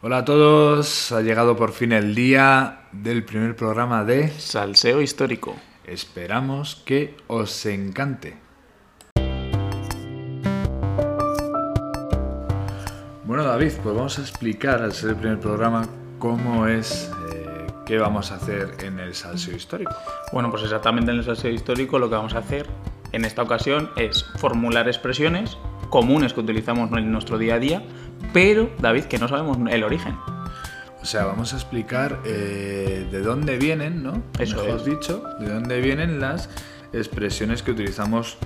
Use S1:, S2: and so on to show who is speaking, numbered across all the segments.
S1: Hola a todos, ha llegado por fin el día del primer programa de
S2: Salseo histórico.
S1: Esperamos que os encante. Bueno David, pues vamos a explicar al ser el primer programa cómo es, eh, qué vamos a hacer en el Salseo histórico.
S2: Bueno, pues exactamente en el salseo histórico lo que vamos a hacer en esta ocasión es formular expresiones comunes que utilizamos en nuestro día a día, pero, David, que no sabemos el origen.
S1: O sea, vamos a explicar eh, de dónde vienen, ¿no?
S2: Eso
S1: Mejor
S2: es.
S1: dicho, de dónde vienen las expresiones que utilizamos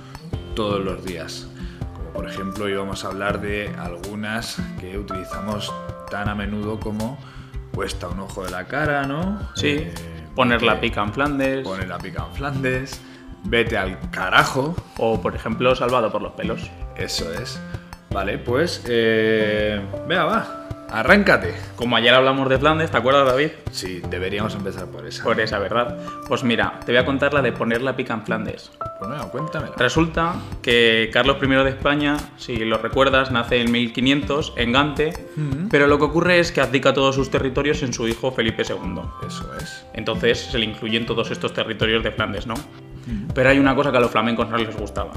S1: todos los días. Como por ejemplo, hoy vamos a hablar de algunas que utilizamos tan a menudo como cuesta un ojo de la cara, ¿no?
S2: Sí.
S1: Eh,
S2: Poner la
S1: vete-
S2: pica en Flandes
S1: Poner la pica en Flandes. Vete al carajo.
S2: o, por ejemplo, salvado por los pelos.
S1: Eso es. Vale, pues... Eh, venga, va. Arráncate.
S2: Como ayer hablamos de Flandes, ¿te acuerdas, David?
S1: Sí, deberíamos empezar por esa.
S2: Por esa, ¿verdad? Pues mira, te voy a contar la de poner la pica en Flandes.
S1: Pues venga, cuéntamela.
S2: Resulta que Carlos I de España, si lo recuerdas, nace en 1500 en Gante,
S1: Ujú.
S2: pero lo que ocurre es que abdica todos sus territorios en su hijo Felipe II.
S1: Eso es.
S2: Entonces se le incluyen todos estos territorios de Flandes, ¿no? Pero hay una cosa que a los flamencos no les gustaba.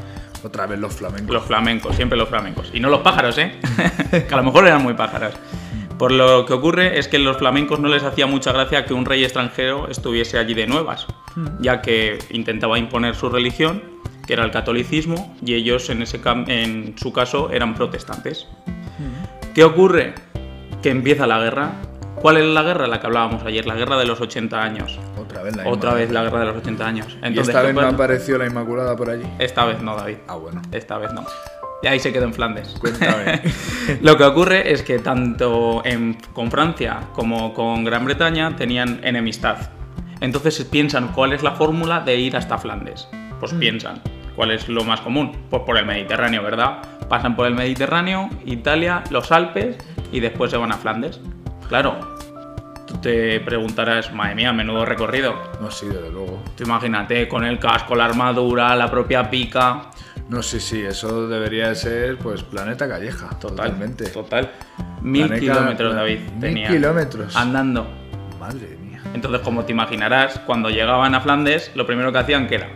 S1: Otra vez los flamencos.
S2: Los flamencos, siempre los flamencos. Y no los pájaros, ¿eh? que a lo mejor eran muy pájaros. Por lo que ocurre es que los flamencos no les hacía mucha gracia que un rey extranjero estuviese allí de nuevas,
S1: Hmm.
S2: ya que intentaba imponer su religión, que era el catolicismo, y ellos en, ese cam- en su caso eran protestantes.
S1: Hmm.
S2: ¿Qué ocurre? Que empieza la guerra. ¿Cuál es la guerra? La que hablábamos ayer, la guerra de los 80 años.
S1: Otra vez la
S2: Otra
S1: Inmaculada.
S2: vez la guerra de los 80 años.
S1: Y
S2: Entonces,
S1: esta
S2: ¿qué
S1: vez no
S2: pasa?
S1: apareció la Inmaculada por allí.
S2: Esta vez no, David.
S1: Ah, bueno.
S2: Esta vez no. Y ahí se quedó en Flandes.
S1: Cuéntame.
S2: Lo que ocurre es que tanto en- con Francia como con Gran Bretaña tenían enemistad. Entonces piensan cuál es la fórmula de ir hasta Flandes. Pues piensan, ¿cuál es lo más común? Pues por el Mediterráneo, ¿verdad? Pasan por el Mediterráneo, Italia, los Alpes y después se van a Flandes. Claro, tú te preguntarás, madre mía, menudo recorrido.
S1: no, sí, desde luego.
S2: Tú imagínate con el casco, la armadura, la propia pica.
S1: No, sí, sí, eso debería de ser, pues, Planeta Calleja. totalmente.
S2: Total. Mil
S1: Planeta-
S2: kilómetros, David.
S1: Mil
S2: tenía.
S1: kilómetros.
S2: Andando.
S1: Madre mía.
S2: Entonces, como te imaginarás, cuando llegaban a Flandes, lo primero que hacían que era,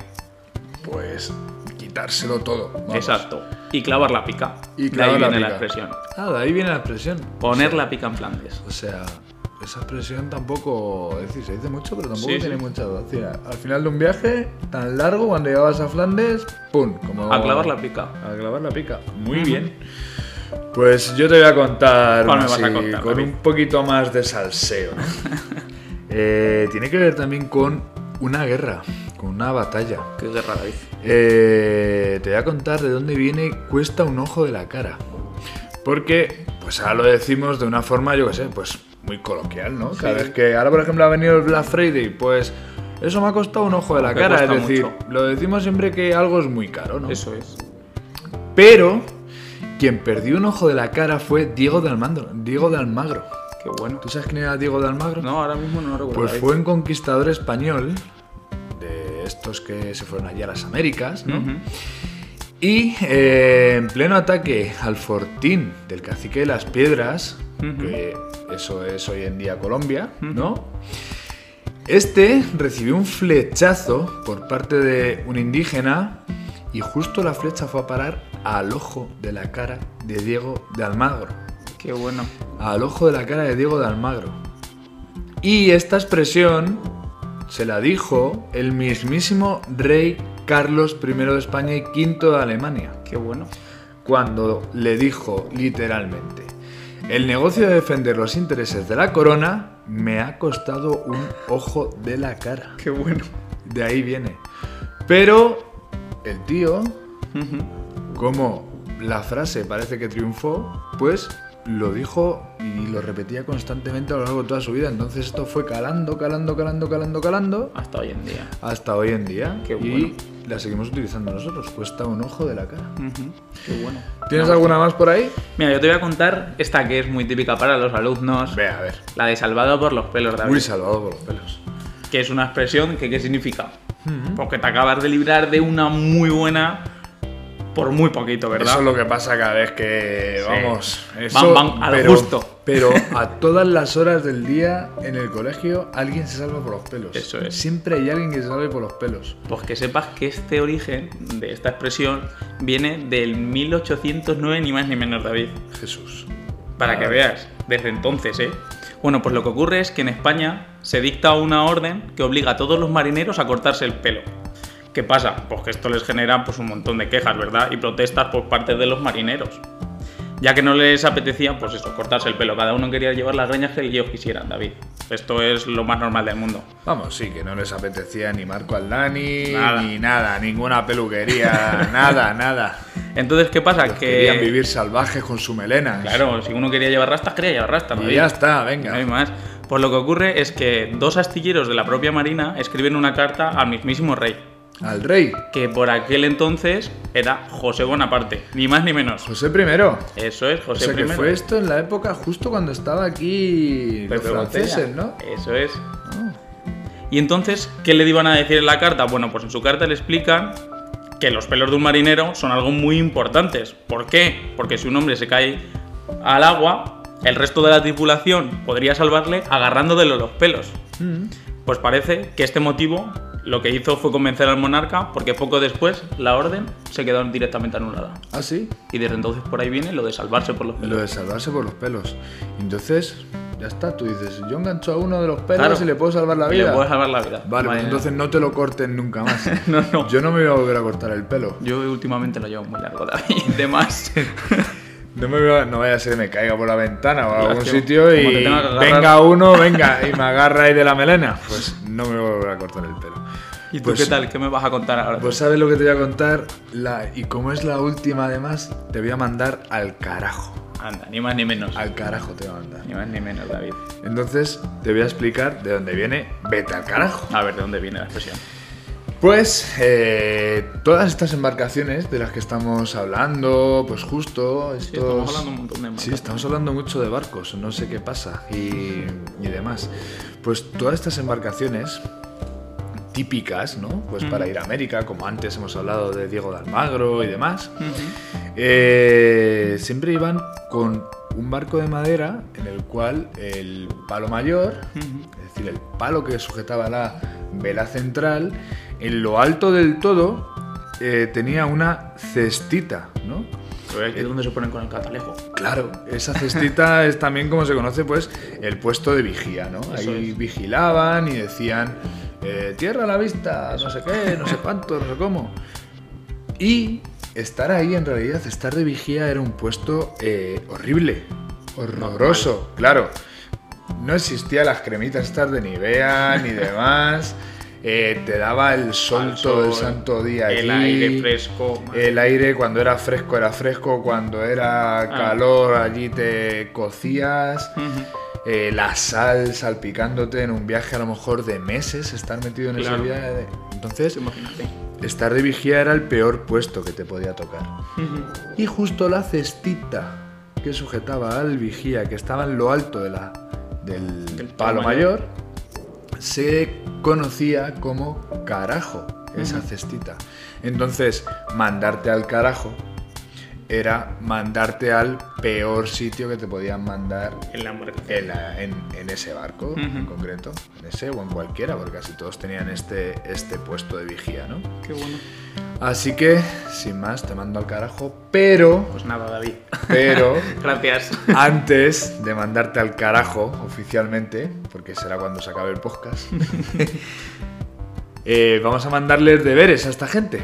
S1: Pues, quitárselo todo. vamos.
S2: exacto, y clavar la pica.
S1: Y
S2: De ahí
S1: clavar la
S2: viene la
S1: pica.
S2: expresión.
S1: Ah, de ahí viene la expresión.
S2: Poner la pica en Flandes.
S1: O sea, esa expresión tampoco. Es decir, se dice mucho, pero tampoco
S2: Sí, sí.
S1: tiene mucha gracia. Al final de un viaje tan largo, cuando llegabas a Flandes, ¡pum! Como
S2: A clavar la pica.
S1: A clavar la pica. Muy
S2: Ujú.
S1: bien. Pues yo te voy a contar,
S2: ¿Cuál me
S1: una
S2: vas a
S1: así,
S2: contar,
S1: con
S2: David?
S1: un poquito más de salseo. ¿no? Eh, tiene que ver también con una guerra, con una batalla.
S2: Qué guerra, David.
S1: Eh, te voy a contar de dónde viene cuesta un ojo de la cara. Porque, pues ahora lo decimos de una forma, yo qué sé, pues muy coloquial, ¿no? Cada
S2: Sí.
S1: vez que ahora, por ejemplo, ha venido el Black Friday, pues eso me ha costado un ojo de la
S2: Me
S1: cara. Es
S2: cuesta
S1: decir,
S2: mucho.
S1: lo decimos siempre que algo es muy caro, ¿no?
S2: Eso es.
S1: Pero quien perdió un ojo de la cara fue Diego de Almagro. Diego de Almagro.
S2: Qué bueno.
S1: ¿Tú sabes quién era Diego de Almagro?
S2: No, ahora mismo no lo recuerdo.
S1: Pues
S2: David.
S1: fue un conquistador español de estos que se fueron allí a las Américas, ¿no?
S2: Ujú.
S1: Y eh, en pleno ataque al fortín del cacique de las piedras,
S2: Ujú.
S1: que eso es hoy en día Colombia,
S2: Ujú.
S1: ¿no? Este recibió un flechazo por parte de un indígena y justo la flecha fue a parar al ojo de la cara de Diego de Almagro.
S2: Qué bueno.
S1: Al ojo de la cara de Diego de Almagro. Y esta expresión se la dijo el mismísimo rey Carlos I de España y V de Alemania
S2: Qué bueno.
S1: cuando le dijo literalmente, el negocio de defender los intereses de la corona me ha costado un ojo de la cara.
S2: Qué bueno.
S1: De ahí viene. Pero el tío,
S2: Ujú.
S1: como la frase parece que triunfó, pues lo dijo y lo repetía constantemente a lo largo de toda su vida. Entonces esto fue calando, calando, calando, calando, calando,
S2: Hasta hoy en día.
S1: hasta hoy en día.
S2: Qué bueno.
S1: y la seguimos utilizando nosotros. Cuesta un ojo de la cara.
S2: Ujú. Qué bueno.
S1: ¿Tienes
S2: No,
S1: alguna más por ahí?
S2: Mira, yo te voy a contar esta que es muy típica para los alumnos.
S1: Ve, a ver.
S2: La de salvado por los pelos, David.
S1: Muy salvado por los pelos.
S2: que es una expresión que ¿qué significa? Porque te acabas de librar de una muy buena por muy poquito, ¿verdad?
S1: Eso es lo que pasa cada vez que
S2: Sí.
S1: vamos.
S2: Van,
S1: eso-
S2: van, al
S1: pero,
S2: justo.
S1: Pero a todas las horas del día en el colegio alguien se salva por los pelos.
S2: Eso es.
S1: Siempre hay alguien que se salve por los pelos.
S2: Pues que sepas que este origen de esta expresión viene del 1809, ni más ni menos, David.
S1: Jesús.
S2: Para que
S1: Ah.
S2: veas, desde entonces, ¿eh? Bueno, pues lo que ocurre es que en España se dicta una orden que obliga a todos los marineros a cortarse el pelo. ¿Qué pasa? Pues que esto les genera pues, un montón de quejas, ¿verdad? Y protestas por parte de los marineros. Ya que no les apetecía, pues eso, cortarse el pelo. Cada uno quería llevar las greñas que ellos quisieran, David. Esto es lo más normal del mundo.
S1: Vamos, sí, que no les apetecía ni Marco Aldani,
S2: Nada.
S1: ni nada, ninguna peluquería, nada, nada.
S2: Entonces, ¿qué pasa? que...
S1: Querían vivir salvajes con su melena.
S2: Claro, si uno quería llevar rastas, quería llevar rastas.
S1: Y
S2: David.
S1: ya está,
S2: No hay
S1: venga.
S2: más. Pues lo que ocurre es que dos astilleros de la propia Marina escriben una carta al mismísimo rey,
S1: Al rey,
S2: que por aquel entonces era José Bonaparte, ni más ni menos.
S1: José I.
S2: Eso es,
S1: O
S2: José
S1: sea que
S2: I.
S1: fue esto en la época justo cuando estaba aquí los
S2: Pepe Botella.
S1: franceses, ¿no? Ah.
S2: Eso es. Y entonces, ¿qué le iban a decir en la carta? Bueno, pues en su carta le explican que los pelos de un marinero son algo muy importantes. ¿Por qué? Porque si un hombre se cae al agua, el resto de la tripulación podría salvarle agarrándole los pelos.
S1: Mm.
S2: Pues parece que este motivo lo que hizo fue convencer al monarca porque poco después la orden se quedó directamente anulada.
S1: Ah, sí.
S2: Y desde entonces por ahí viene lo de salvarse por los pelos.
S1: Lo de salvarse por los pelos. Entonces, ya está. Tú dices, yo engancho a uno de los pelos
S2: Claro.
S1: y le puedo salvar la
S2: Y le
S1: vida.
S2: puede salvar la vida.
S1: Vale, pues
S2: Madre
S1: entonces no te lo corten nunca más.
S2: mía. No, no.
S1: Yo no me voy a volver a cortar el pelo.
S2: Yo últimamente lo llevo muy largo, David, de más.
S1: No me voy a- no vaya a ser que me caiga por la ventana o a
S2: Ya,
S1: algún
S2: tío,
S1: sitio
S2: como
S1: y
S2: te tenga que agarrar.
S1: venga uno, venga, y me agarra ahí de la melena. Pues no me voy a volver a cortar el pelo.
S2: ¿Y tú
S1: Pues-
S2: qué tal? ¿Qué me vas a contar ahora?
S1: Pues sabes lo que te voy a contar, la, y como es la última además, te voy a mandar al carajo.
S2: Anda, ni más ni menos.
S1: Al carajo te voy a mandar.
S2: Ni más ni menos, David.
S1: Entonces te voy a explicar de dónde viene vete al carajo.
S2: A ver, ¿de dónde viene la expresión?
S1: Pues eh, todas estas embarcaciones de las que estamos hablando, pues justo estos...
S2: Sí, estamos hablando un montón de
S1: Sí,
S2: marcas.
S1: estamos hablando mucho de barcos, no sé qué pasa y, y demás. Pues todas estas embarcaciones típicas, ¿no? Pues para ir a América, como antes hemos hablado de Diego de Almagro y demás,
S2: Ujú.
S1: eh, siempre iban con un barco de madera en el cual el palo mayor,
S2: Ujú.
S1: es decir, el palo que sujetaba la vela central, en lo alto del todo eh, tenía una cestita, ¿no?
S2: Pero aquí es donde se ponen con el catalejo.
S1: Claro, esa cestita es también como se conoce, pues, el puesto de vigía, ¿no?
S2: Eso
S1: Ahí
S2: es.
S1: vigilaban y decían, eh, tierra a la vista, no sé qué, no sé cuánto, no sé cómo. Y estar ahí, en realidad, estar de vigía era un puesto eh, horrible, horroroso, claro. No existía las cremitas estas de Nivea ni demás. eh, te daba el sol,
S2: Al
S1: todo el
S2: sol,
S1: santo día
S2: El
S1: allí.
S2: aire fresco. madre
S1: El aire cuando era fresco era fresco, cuando era calor allí te cocías,
S2: Ujú.
S1: eh, la sal salpicándote en un viaje a lo mejor de meses, estar metido en ese
S2: Claro.
S1: viaje. de- Entonces,
S2: Imagínate.
S1: estar de vigía era el peor puesto que te podía tocar. Y justo la cestita que sujetaba al vigía, que estaba en lo alto de la, del,
S2: Del
S1: palo
S2: palo
S1: mayor, se conocía como carajo, esa
S2: Ujú.
S1: cestita. Entonces, mandarte al carajo era mandarte al peor sitio que te podían mandar
S2: En la muerte.
S1: en, la- en- en ese barco en
S2: Ujú.
S1: concreto, en ese o en cualquiera, porque casi todos tenían este, este puesto de vigía, ¿no?
S2: Qué bueno.
S1: Así que, sin más, te mando al carajo, pero...
S2: Pues nada, David.
S1: Pero
S2: Gracias.
S1: antes de mandarte al carajo oficialmente, porque será cuando se acabe el podcast, eh, vamos a mandarles deberes a esta gente.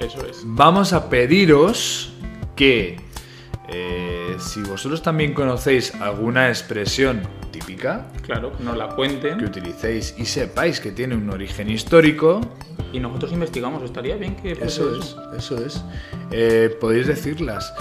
S2: Eso es.
S1: Vamos a pediros que eh, si vosotros también conocéis alguna expresión típica
S2: Claro, que nos la
S1: que
S2: cuenten.
S1: utilicéis y sepáis que tiene un origen histórico,
S2: Y nosotros investigamos. Estaría bien que. fuese
S1: Eso es, eso es. Eh, podéis decirlas.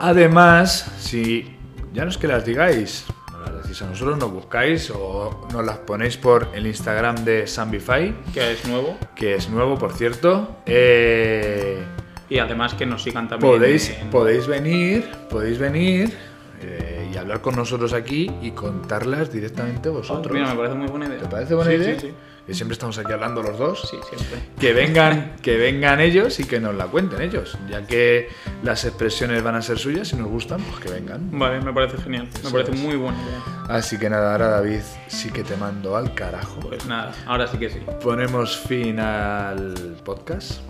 S1: Además, si ya no es que las digáis, no las decís a nosotros, nos buscáis o nos las ponéis por el Instagram de Sambify,
S2: Que es nuevo.
S1: que es nuevo, por cierto. Eh,
S2: Y además que nos sigan también.
S1: podéis,
S2: en-
S1: podéis venir, podéis venir eh, y y hablar con nosotros aquí y contarlas directamente vosotros.
S2: Oh, Mira, me parece muy buena idea.
S1: ¿Te parece buena
S2: Sí,
S1: idea?
S2: Sí, sí.
S1: Que siempre estamos aquí hablando los dos.
S2: Sí, siempre.
S1: Que vengan, que vengan ellos y que nos la cuenten ellos, ya que las expresiones van a ser suyas, si nos gustan, pues que vengan.
S2: Vale, me parece genial. Me
S1: Eso
S2: parece
S1: es.
S2: muy buena idea.
S1: Así que nada, ahora David, sí que te mando al carajo.
S2: Pues nada, ahora sí que sí.
S1: Ponemos fin al podcast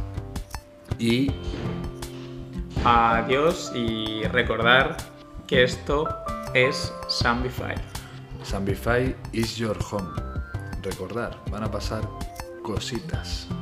S1: y
S2: Adiós y recordar que esto es Zombify.
S1: Zambify is your home. Recordar, van a pasar cositas.